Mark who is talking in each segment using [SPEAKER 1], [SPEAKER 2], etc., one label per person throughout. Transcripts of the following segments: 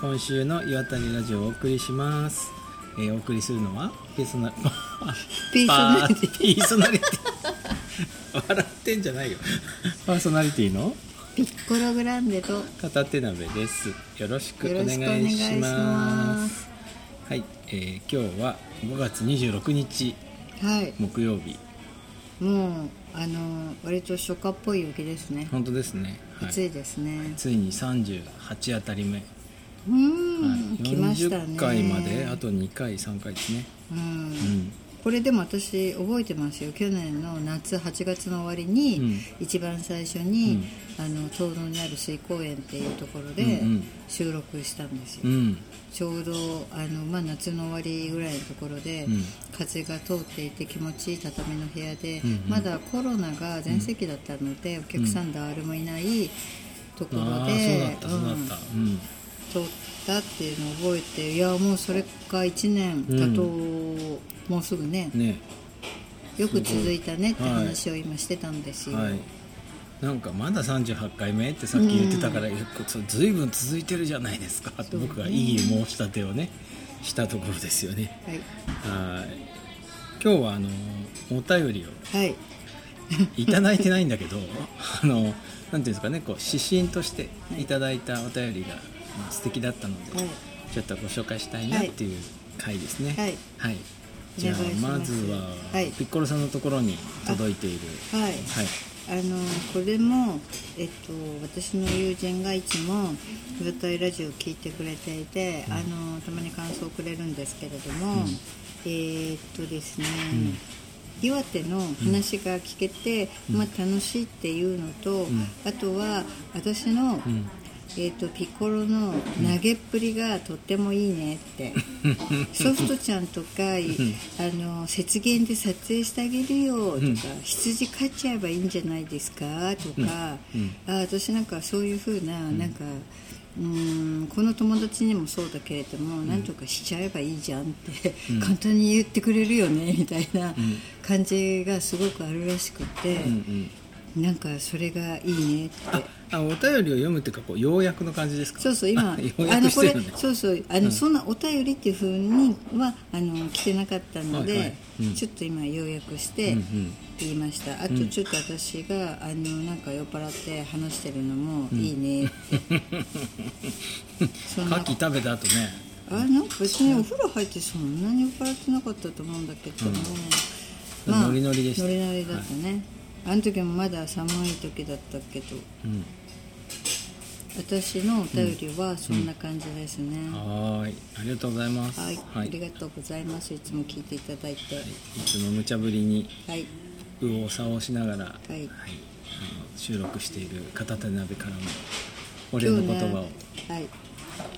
[SPEAKER 1] 今週の岩谷ラジオをお送りします、えーお送りするのはペーソ ナ
[SPEAKER 2] ピーソナリティ
[SPEAKER 1] パーソナリティ笑ってんじゃないよパーソナリティの
[SPEAKER 2] ピッコログランデと
[SPEAKER 1] 片手鍋ですよろしくお願いし
[SPEAKER 2] よろしくお願いし
[SPEAKER 1] ま
[SPEAKER 2] ますす
[SPEAKER 1] はい、えー今日は5月26日
[SPEAKER 2] はい
[SPEAKER 1] 木曜日
[SPEAKER 2] もうあの割と初夏っぽい陽気ですね、
[SPEAKER 1] 本当ですね、はい、
[SPEAKER 2] 暑いですね
[SPEAKER 1] ついに38あたり目、は
[SPEAKER 2] う
[SPEAKER 1] い
[SPEAKER 2] ん、来ましたね
[SPEAKER 1] 40回まであと2回3回ですね
[SPEAKER 2] うん、
[SPEAKER 1] うん
[SPEAKER 2] これでも私覚えてますよ去年の夏8月の終わりに、
[SPEAKER 1] うん
[SPEAKER 2] 一番最初に、あの東堂にある水公園っていうところで
[SPEAKER 1] うんうん
[SPEAKER 2] 収録したんですよ、
[SPEAKER 1] うん
[SPEAKER 2] ちょうどあの、まあ、夏の終わりぐらいのところで、
[SPEAKER 1] うん
[SPEAKER 2] 風が通っていて気持ちいい畳の部屋で、
[SPEAKER 1] うんうん
[SPEAKER 2] まだコロナが全盛期だったので、お客さん誰もいないところ
[SPEAKER 1] ああそうだ
[SPEAKER 2] で
[SPEAKER 1] っ、た
[SPEAKER 2] う
[SPEAKER 1] そうだっ
[SPEAKER 2] ん
[SPEAKER 1] たうん
[SPEAKER 2] 撮ったっていうのを覚えていやもうそれが1年だと、もうすぐね
[SPEAKER 1] ね
[SPEAKER 2] よく続いたねって
[SPEAKER 1] はい
[SPEAKER 2] 話を今してたんですよ。
[SPEAKER 1] はいなんかまだ38回目ってさっき言ってたから、そうずいぶん続いてるじゃないですかって僕がいい申し立てをねしたところですよね
[SPEAKER 2] はい、
[SPEAKER 1] はい今日はあのお便りを
[SPEAKER 2] はい
[SPEAKER 1] いただいてないんだけ どあのなんていうんですかねこう指針としていただいたお便りがまあ素敵だったので、
[SPEAKER 2] はい
[SPEAKER 1] ちょっとご紹介したいなっていう回ですね
[SPEAKER 2] はい
[SPEAKER 1] はい、じゃあ
[SPEAKER 2] お願いし
[SPEAKER 1] ま
[SPEAKER 2] ます
[SPEAKER 1] ずは、
[SPEAKER 2] はい
[SPEAKER 1] ピッコロさんのところに届いている
[SPEAKER 2] はい
[SPEAKER 1] はい
[SPEAKER 2] あのこれも、えっと、私の友人がいつも「ずっとラジオ」を聞いてくれていて、あのたまに感想をくれるんですけれども、
[SPEAKER 1] うん
[SPEAKER 2] えーっとですね、岩手の話が聞けて、まあ、楽しいっていうのと、
[SPEAKER 1] ん
[SPEAKER 2] あとは私の、
[SPEAKER 1] ん
[SPEAKER 2] えー、とピコロの投げっぷりがとってもいい ねって、ソフトちゃんとか、いあの雪原で撮影してあげるよとか、
[SPEAKER 1] うん
[SPEAKER 2] 羊飼っちゃえばいいんじゃないですかとか、
[SPEAKER 1] うん
[SPEAKER 2] あ私なんかそういうふうな,、なんかうーんこの友達にもそうだけれども、なんとかしちゃえばいいじゃんって、簡単に言ってくれるよねみたいな感じがすごくあるらしくて、
[SPEAKER 1] うんうん
[SPEAKER 2] なんかそれがいいねって。
[SPEAKER 1] あお便りを読むっていうかこう要約の感じですか
[SPEAKER 2] そうそう 今あ
[SPEAKER 1] 要約
[SPEAKER 2] の
[SPEAKER 1] し
[SPEAKER 2] こ
[SPEAKER 1] て
[SPEAKER 2] れ
[SPEAKER 1] るね
[SPEAKER 2] そうそうあの、そんなお便りっていうふうにはあの来てなかったので、
[SPEAKER 1] はいはいうん
[SPEAKER 2] ちょっと今要約して
[SPEAKER 1] うんうん
[SPEAKER 2] 言いました、あとちょっと私があのなんか酔っ払って話してるのもい いねって、そん
[SPEAKER 1] 牡
[SPEAKER 2] な
[SPEAKER 1] 蠣食べた後ね
[SPEAKER 2] あなんか別にお風呂入ってそんなに酔っ払ってなかったと思うんだけども、
[SPEAKER 1] うんノリノリでした
[SPEAKER 2] ノリノリだったね、あの時もまだ寒い時だったけど
[SPEAKER 1] うん
[SPEAKER 2] 私のお便りはそんな感じですね、
[SPEAKER 1] はーいありがとうございます
[SPEAKER 2] はい、
[SPEAKER 1] は
[SPEAKER 2] あ
[SPEAKER 1] い
[SPEAKER 2] りがとうございます。いつも聞いていただいて。はい
[SPEAKER 1] つも無茶ぶりに
[SPEAKER 2] い、
[SPEAKER 1] 右往左往しながら、
[SPEAKER 2] い
[SPEAKER 1] あの収録している片手鍋からのお礼
[SPEAKER 2] 今
[SPEAKER 1] の
[SPEAKER 2] 日
[SPEAKER 1] 言
[SPEAKER 2] ね、
[SPEAKER 1] 葉を、
[SPEAKER 2] はい。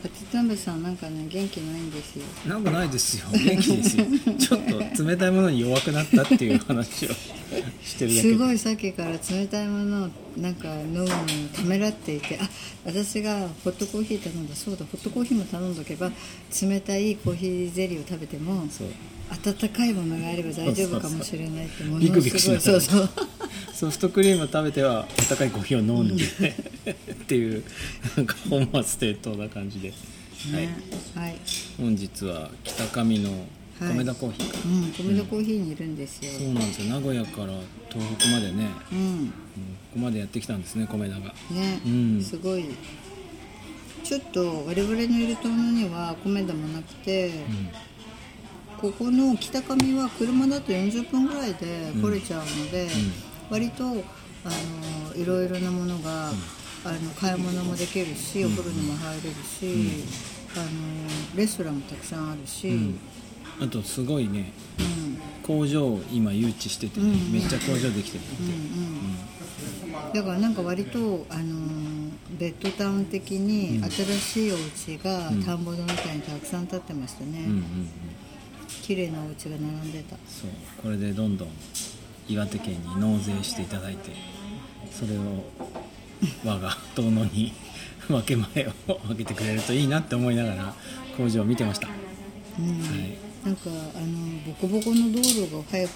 [SPEAKER 2] 勝田部さんなんかね元気ないんですよ。
[SPEAKER 1] なんかないですよ元気ですよちょっと冷たいものに弱くなったっていう話をしてるだけ
[SPEAKER 2] すごいさっきから冷たいものをなんか飲むのにためらっていてあ私がホットコーヒー頼んだそうだホットコーヒーも頼んどけば冷たいコーヒーゼリーを食べても
[SPEAKER 1] そう
[SPEAKER 2] 温かいものがあれば大丈夫かもしれないってもの
[SPEAKER 1] ビクビクし
[SPEAKER 2] す
[SPEAKER 1] な
[SPEAKER 2] ご
[SPEAKER 1] が
[SPEAKER 2] い
[SPEAKER 1] ら
[SPEAKER 2] そうそ
[SPEAKER 1] ソ
[SPEAKER 2] う
[SPEAKER 1] フトクリーム食べては温かいコーヒーを飲んで っていうなんか本末転倒な感じで、はい
[SPEAKER 2] ね、はい、
[SPEAKER 1] 本日は北上の
[SPEAKER 2] はい
[SPEAKER 1] 米田コーヒーか、
[SPEAKER 2] うん、米田コーヒーにいるんですよ、
[SPEAKER 1] そうなんですよ名古屋から東北までね、
[SPEAKER 2] うん
[SPEAKER 1] うんここまでやってきたんですね米田が
[SPEAKER 2] ね、
[SPEAKER 1] うん
[SPEAKER 2] すごいちょっと我々のいるところには米田もなくて、ここの北上は車だと40分ぐらいで来れちゃうので、割とあのいろいろなものが、あの買い物もできるし、お風呂にも入れるし、あのレストランもたくさんあるし、うん
[SPEAKER 1] あとすごいね工場を今誘致しててね、めっちゃ工場できてる
[SPEAKER 2] うんうんだからなんか割と、あのーベッドタウン的に新しいお家が田んぼの中にたくさん建ってましたね、
[SPEAKER 1] うんうんうん
[SPEAKER 2] 綺麗なお家が並んでた
[SPEAKER 1] そうこれでどんどん岩手県に納税していただいてそれを我が遠野に 分け前を分けてくれるといいなって思いながら工場を見てました、
[SPEAKER 2] うん
[SPEAKER 1] はい
[SPEAKER 2] なんかあのボコボコの道路が早く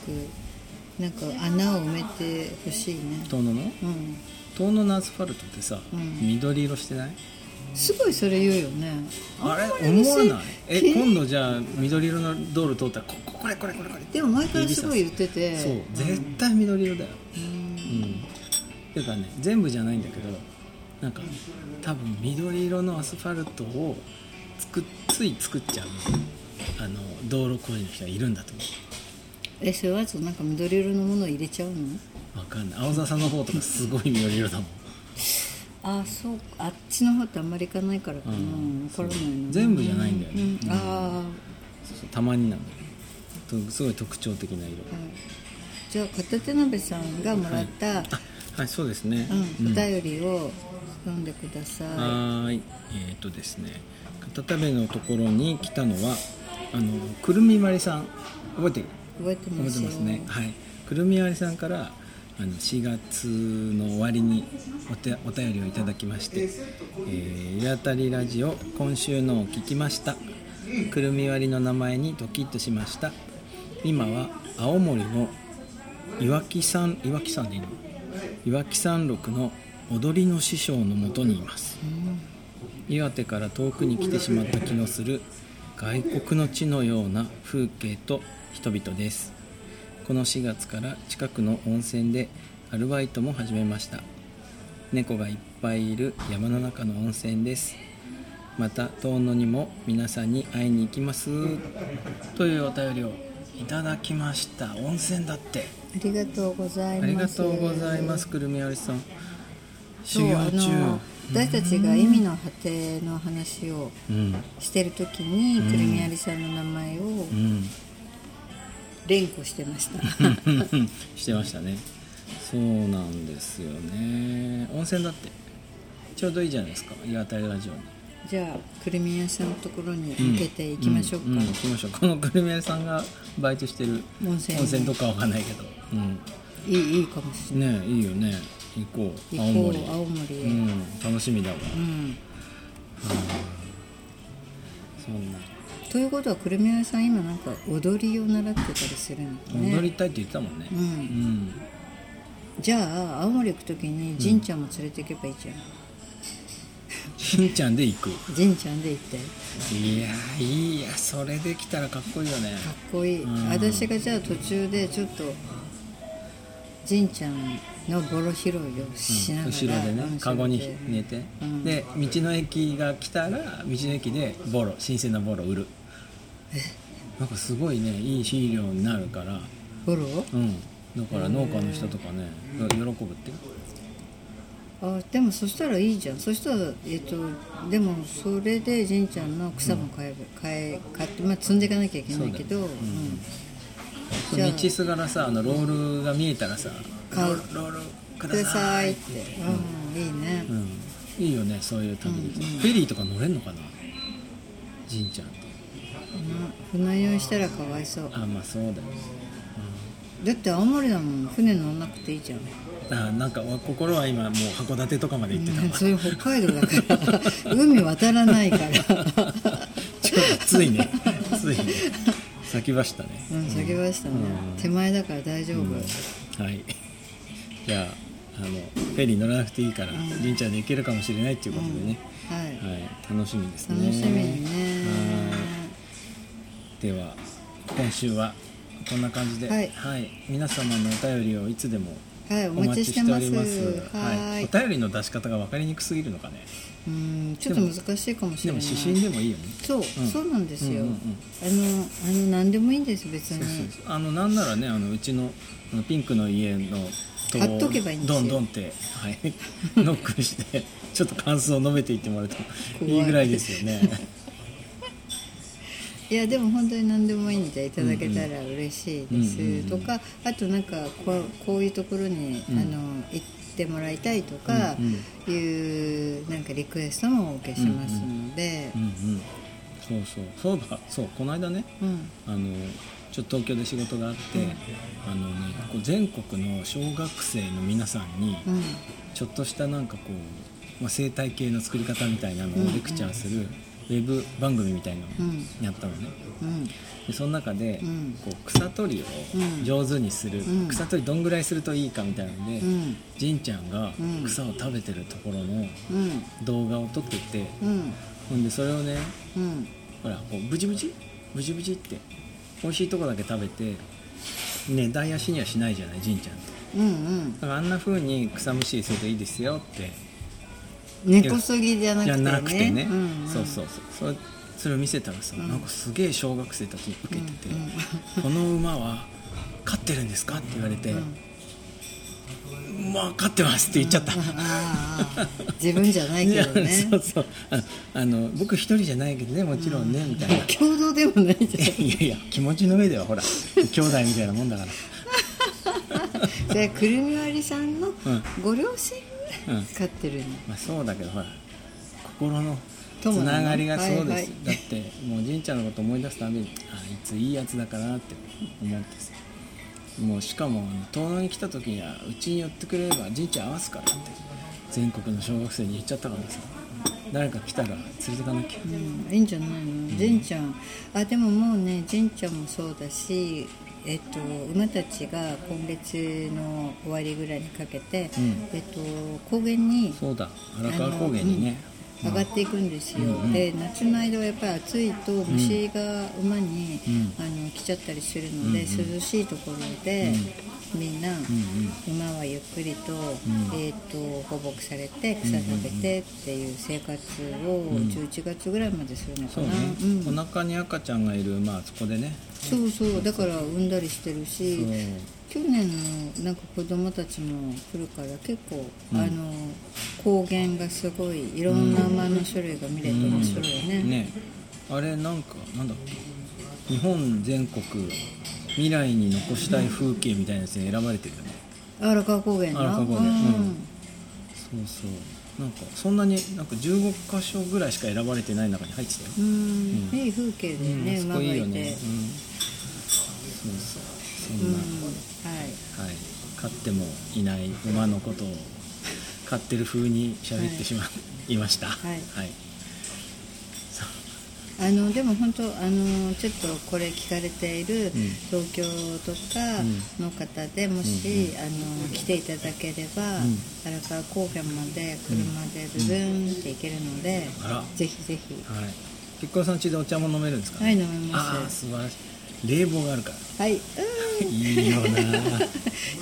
[SPEAKER 2] なんか穴を埋めてほしいね
[SPEAKER 1] 遠野の
[SPEAKER 2] うん
[SPEAKER 1] 遠野のアスファルトってさ、
[SPEAKER 2] うん
[SPEAKER 1] 緑色してない
[SPEAKER 2] すごいそれ言うよね
[SPEAKER 1] あ
[SPEAKER 2] んま
[SPEAKER 1] れ
[SPEAKER 2] り
[SPEAKER 1] 思わ
[SPEAKER 2] 私
[SPEAKER 1] ないえ
[SPEAKER 2] 気に
[SPEAKER 1] 今度じゃあ緑色の道路通ったらこここれこれこれこれ
[SPEAKER 2] でも毎回すごい言ってて
[SPEAKER 1] そう絶対緑色だよ
[SPEAKER 2] うん
[SPEAKER 1] うんていうかね全部じゃないんだけどなんか多分緑色のアスファルトをつくつい作っちゃうあの道路工事の人がいるんだと思
[SPEAKER 2] えそれはちょっとなんか緑色のものを入れちゃうの
[SPEAKER 1] うわかんない青沢さんの方とかすごい緑色だもん
[SPEAKER 2] あそうあっちの方ってあんまり行かないからかな、
[SPEAKER 1] うん
[SPEAKER 2] 分からないな
[SPEAKER 1] 全部じゃないんだよね
[SPEAKER 2] う
[SPEAKER 1] うん
[SPEAKER 2] ああ
[SPEAKER 1] そうそうたまになんだよねとすごい特徴的な色
[SPEAKER 2] じゃあ片手鍋さんがもらった、
[SPEAKER 1] あはいそうですね、
[SPEAKER 2] う、
[SPEAKER 1] うん
[SPEAKER 2] お
[SPEAKER 1] ん
[SPEAKER 2] 便りを読んでください、
[SPEAKER 1] はーい。えっ、とですね、片田部のところに来たのは、あのくるみまりさん、覚えてる？
[SPEAKER 2] 覚えてま
[SPEAKER 1] 覚え
[SPEAKER 2] す
[SPEAKER 1] て
[SPEAKER 2] よ
[SPEAKER 1] ますね。はい。くるみまりさんから、あの4月の終わりにお手お便りをいただきまして、えー、ゆあたりラジオ今週のを聞きました。くるみ割りの名前にドキッとしました。今は青森の岩木山岩木山でいいの？岩木山麓の踊りの師匠のもとにいます。岩手から遠くに来てしまった気のする外国の地のような風景と人々ですこの4月から近くの温泉でアルバイトも始めました猫がいっぱいいる山の中の温泉ですまた遠野にも皆さんに会いに行きますというお便りをいただきました温泉だって
[SPEAKER 2] ありがとうござい
[SPEAKER 1] あ
[SPEAKER 2] ます
[SPEAKER 1] りがとうございますくるみありさん
[SPEAKER 2] そ
[SPEAKER 1] 修
[SPEAKER 2] う
[SPEAKER 1] 行
[SPEAKER 2] あ
[SPEAKER 1] 中
[SPEAKER 2] の私たちが意味の果ての話を
[SPEAKER 1] うん
[SPEAKER 2] してる時に、くるみありさんの名前を
[SPEAKER 1] うん
[SPEAKER 2] 連呼して ました、
[SPEAKER 1] してましたねそうなんですよね温泉だってちょうどいいじゃないですか岩谷ラジオに
[SPEAKER 2] じゃあくるみ屋さんのところに向けていきましょうか、
[SPEAKER 1] んん行きましょうこのくるみ屋さんがバイトしてる
[SPEAKER 2] 温泉
[SPEAKER 1] 温泉とかわかんないけど、
[SPEAKER 2] いいいいかもし
[SPEAKER 1] う
[SPEAKER 2] れ
[SPEAKER 1] ん、
[SPEAKER 2] な
[SPEAKER 1] ね
[SPEAKER 2] い、
[SPEAKER 1] えいいよね行こう青
[SPEAKER 2] 行こ
[SPEAKER 1] 森
[SPEAKER 2] う青森へ、
[SPEAKER 1] うん、楽しみだわ、
[SPEAKER 2] うん
[SPEAKER 1] そんな
[SPEAKER 2] ということはくるみ屋さん今なんか踊りを習ってたりするのかね
[SPEAKER 1] 踊りたいって言ってたもんね
[SPEAKER 2] う、
[SPEAKER 1] うんん
[SPEAKER 2] じゃあ青森行く時にじんちゃんも連れていけばいいじゃん
[SPEAKER 1] しんちゃんで行く
[SPEAKER 2] じんちゃんで行って
[SPEAKER 1] いやいいやそれできたらかっこいいよね
[SPEAKER 2] かっこいい、
[SPEAKER 1] うん
[SPEAKER 2] 私がじゃあ途中でちょっとじんちゃんのボロ拾いをしながら、
[SPEAKER 1] 後ろで
[SPEAKER 2] う
[SPEAKER 1] ね
[SPEAKER 2] ん
[SPEAKER 1] カゴに
[SPEAKER 2] 後ろで
[SPEAKER 1] 寝て、
[SPEAKER 2] うん
[SPEAKER 1] で道の駅が来たら道の駅でボロ新鮮なボロ売るなんかすごいねいい飼料になるから
[SPEAKER 2] ボロ
[SPEAKER 1] うんだから農家の人とかね喜ぶって
[SPEAKER 2] あでもそしたらいいじゃんそしたらえっ、とでもそれでじんちゃんの草も買えば、買え買ってまあ積んでいかなきゃいけないけど、うんじゃあ
[SPEAKER 1] 道すがらさあのロールが見えたらさ
[SPEAKER 2] 買う
[SPEAKER 1] ロールく
[SPEAKER 2] く
[SPEAKER 1] だ
[SPEAKER 2] だ
[SPEAKER 1] さ
[SPEAKER 2] さ
[SPEAKER 1] い
[SPEAKER 2] いって、うん、いいね、
[SPEAKER 1] うんいいよねそういう旅で、フェリーとか乗れんのかなじんちゃんって
[SPEAKER 2] うん船酔いしたらかわいそう
[SPEAKER 1] あまあそうだよね、
[SPEAKER 2] だって青森だもん船乗んなくていいじゃん
[SPEAKER 1] うん、あなんかわ心は今もう函館とかまで行ってたわ、
[SPEAKER 2] それ北海道だから 海渡らないから
[SPEAKER 1] ちょっとついねついね先走ったね
[SPEAKER 2] うん叫ばしたね、
[SPEAKER 1] うん
[SPEAKER 2] 手前だから大丈夫、
[SPEAKER 1] はい じゃああのフェリー乗らなくていいからり、んちゃんで行けるかもしれないっていうことでね、
[SPEAKER 2] はい
[SPEAKER 1] はい、楽しみですね
[SPEAKER 2] 楽しみね
[SPEAKER 1] はいでは今週はこんな感じで
[SPEAKER 2] はい
[SPEAKER 1] 皆様のお便りをいつでも
[SPEAKER 2] はいお
[SPEAKER 1] お
[SPEAKER 2] 待
[SPEAKER 1] 待
[SPEAKER 2] ち
[SPEAKER 1] ち
[SPEAKER 2] し
[SPEAKER 1] してて
[SPEAKER 2] ま
[SPEAKER 1] お
[SPEAKER 2] す
[SPEAKER 1] ります
[SPEAKER 2] は
[SPEAKER 1] はい
[SPEAKER 2] い
[SPEAKER 1] お便りの出し方が分かりにくすぎるのかね
[SPEAKER 2] うんちょっと難しいかもし
[SPEAKER 1] で
[SPEAKER 2] れな
[SPEAKER 1] も
[SPEAKER 2] い
[SPEAKER 1] 指針でもいいよね
[SPEAKER 2] そう、
[SPEAKER 1] ん
[SPEAKER 2] そうなんですよ、
[SPEAKER 1] うんうんうん
[SPEAKER 2] あのあの何でもいいんです別に
[SPEAKER 1] あのなんならねあのうちのあのピンクの家の戸を
[SPEAKER 2] 貼っとけばいいんですよ
[SPEAKER 1] どんどんって、 はい、ノックしてちょっと感想を述べていってもらうと
[SPEAKER 2] 怖い
[SPEAKER 1] いいぐらいですよね。
[SPEAKER 2] いやでも本当に何でもいいんでいただけたら嬉しいです、
[SPEAKER 1] うんうん
[SPEAKER 2] とかあとなんかこうこういうところに、
[SPEAKER 1] うん
[SPEAKER 2] あの行ってもらいたいとか
[SPEAKER 1] うん
[SPEAKER 2] いうなんかリクエストもお受けしますので
[SPEAKER 1] うんうん、そうそうそうだそうこの間ね
[SPEAKER 2] うん
[SPEAKER 1] あのちょっと東京で仕事があって、あのねこう全国の小学生の皆さんに
[SPEAKER 2] うん
[SPEAKER 1] ちょっとしたなんかこう、まあ、生態系の作り方みたいなのをレクチャーするウェブ番組みたいなの
[SPEAKER 2] う
[SPEAKER 1] を
[SPEAKER 2] ん
[SPEAKER 1] やったのね、
[SPEAKER 2] うん
[SPEAKER 1] でその中で、
[SPEAKER 2] うん
[SPEAKER 1] こう草取り
[SPEAKER 2] うん
[SPEAKER 1] を上手にする、
[SPEAKER 2] うん
[SPEAKER 1] 草取りどんぐらいするといいかみたいなので、
[SPEAKER 2] うん
[SPEAKER 1] じんちゃんが
[SPEAKER 2] うん
[SPEAKER 1] 草を食べてるところの
[SPEAKER 2] うん
[SPEAKER 1] 動画を撮ってて、
[SPEAKER 2] うん
[SPEAKER 1] ほんでそれをね
[SPEAKER 2] うん
[SPEAKER 1] ほらこうブチブチブチブチって美味しいとこだけ食べてね台足にはしないじゃないじんちゃんって
[SPEAKER 2] うん
[SPEAKER 1] だからあんな風に草むしりするといいですよって
[SPEAKER 2] うん根こそぎじゃなく
[SPEAKER 1] じ
[SPEAKER 2] て
[SPEAKER 1] ゃ
[SPEAKER 2] ね
[SPEAKER 1] なくてね、
[SPEAKER 2] うんうん、
[SPEAKER 1] そうそうそうそれそれを見せたらさ、
[SPEAKER 2] ん
[SPEAKER 1] なんかすげえ小学生たちに受けてて、
[SPEAKER 2] う
[SPEAKER 1] この馬は飼ってるんですか?」って言われて「まあ飼ってます」って言っちゃった、
[SPEAKER 2] ああああ自分じゃない
[SPEAKER 1] い
[SPEAKER 2] け
[SPEAKER 1] や
[SPEAKER 2] どね
[SPEAKER 1] そうそうああの僕一人じゃないけどねもちろんね、み たいな
[SPEAKER 2] 共同でもないじ ゃん
[SPEAKER 1] いやいや気持ちの上ではほら兄弟みたいなもんだか
[SPEAKER 2] それくるみ割りさんの
[SPEAKER 1] ん
[SPEAKER 2] ご両親が
[SPEAKER 1] うん
[SPEAKER 2] 使ってるの、
[SPEAKER 1] らまあそうだけどほら心のつ
[SPEAKER 2] 友だね
[SPEAKER 1] ながりがそうです、
[SPEAKER 2] はいはい
[SPEAKER 1] だってもうじんちゃんのこと思い出すたびにあいついいやつだからって思ってさもうしかも遠野に来た時にはうちに寄ってくれればじいちゃん合わすからって全国の小学生に言っちゃったからさ誰か来たら連れてかなきゃ
[SPEAKER 2] うん、いいんじゃないのじんちゃんあでももうねじんちゃんもそうだしえっと、馬たちが今月の終わりぐらいにかけて、
[SPEAKER 1] うん
[SPEAKER 2] えっと、高原に
[SPEAKER 1] そうだ荒川高原にね
[SPEAKER 2] 上がっていくんですよ、
[SPEAKER 1] うんうん
[SPEAKER 2] で夏の間はやっぱり暑いと虫が馬に、
[SPEAKER 1] うん
[SPEAKER 2] あの来ちゃったりするので、涼しいところで、みんな、馬はゆっくりと,、えー、と放牧されて草食べてっていう生活を11月ぐらいまでするのか
[SPEAKER 1] そう
[SPEAKER 2] な、
[SPEAKER 1] ね
[SPEAKER 2] う、ん
[SPEAKER 1] お腹に赤ちゃんがいるまあそこでね
[SPEAKER 2] そうそうだから産んだりしてるし、
[SPEAKER 1] そう
[SPEAKER 2] 去年のなんか子供たちも来るから結構、あの高原がすごいいろんな馬の種類が見れて面白いね,、
[SPEAKER 1] ねあれなんかなんだっけ日本全国未来に残したい風景みたいなやつに選ばれてるよね
[SPEAKER 2] 荒川高原の
[SPEAKER 1] 荒川高原
[SPEAKER 2] う
[SPEAKER 1] うんそうそうなんかそんなになんか15箇所ぐらいしか選ばれてない中に入ってたよ、
[SPEAKER 2] ん、うんいい風景だよね、
[SPEAKER 1] うん
[SPEAKER 2] 馬
[SPEAKER 1] そこ
[SPEAKER 2] が
[SPEAKER 1] い
[SPEAKER 2] いて
[SPEAKER 1] いよね、うん、そうそうそ
[SPEAKER 2] うん
[SPEAKER 1] んな、
[SPEAKER 2] はい
[SPEAKER 1] はい飼ってもいない馬のことを飼ってる風に喋ってしまいました
[SPEAKER 2] はい
[SPEAKER 1] はい、
[SPEAKER 2] あのでも本当あのちょっとこれ聞かれている東京とかの方で、もし、あの来ていただければ、荒川高原まで車でブブーンって行けるので、
[SPEAKER 1] あら
[SPEAKER 2] ぜひぜひ、
[SPEAKER 1] はい。結婚さん中でお茶も飲めるんですか、
[SPEAKER 2] はい飲めます
[SPEAKER 1] ああ、素晴らしい。冷房があるから。
[SPEAKER 2] はい、うん
[SPEAKER 1] いいよな。
[SPEAKER 2] い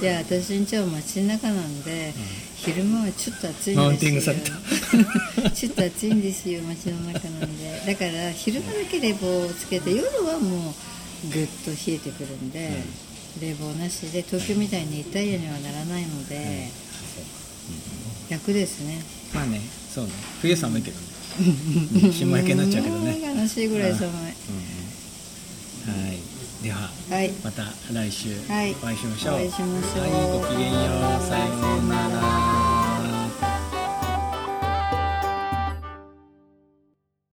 [SPEAKER 2] や私んちは街の中なんで、昼間はちょっと暑いんですよ
[SPEAKER 1] マウンティングされ
[SPEAKER 2] ちょっと暑いんですよ街の中なんでだから昼間だけ冷房をつけて夜はもうぐっと冷えてくるんで、冷房なしで東京みたいにイタリアにはならないので、楽ですね
[SPEAKER 1] まあね、そうね。冬寒いけどね。うん島焼けになっちゃうけどね。
[SPEAKER 2] うん悲しいぐらい寒い
[SPEAKER 1] うんうんはい。では、
[SPEAKER 2] はい
[SPEAKER 1] また来週
[SPEAKER 2] はい
[SPEAKER 1] お会いしましょう。
[SPEAKER 2] お会いしましょう
[SPEAKER 1] はい、ごきげんよう。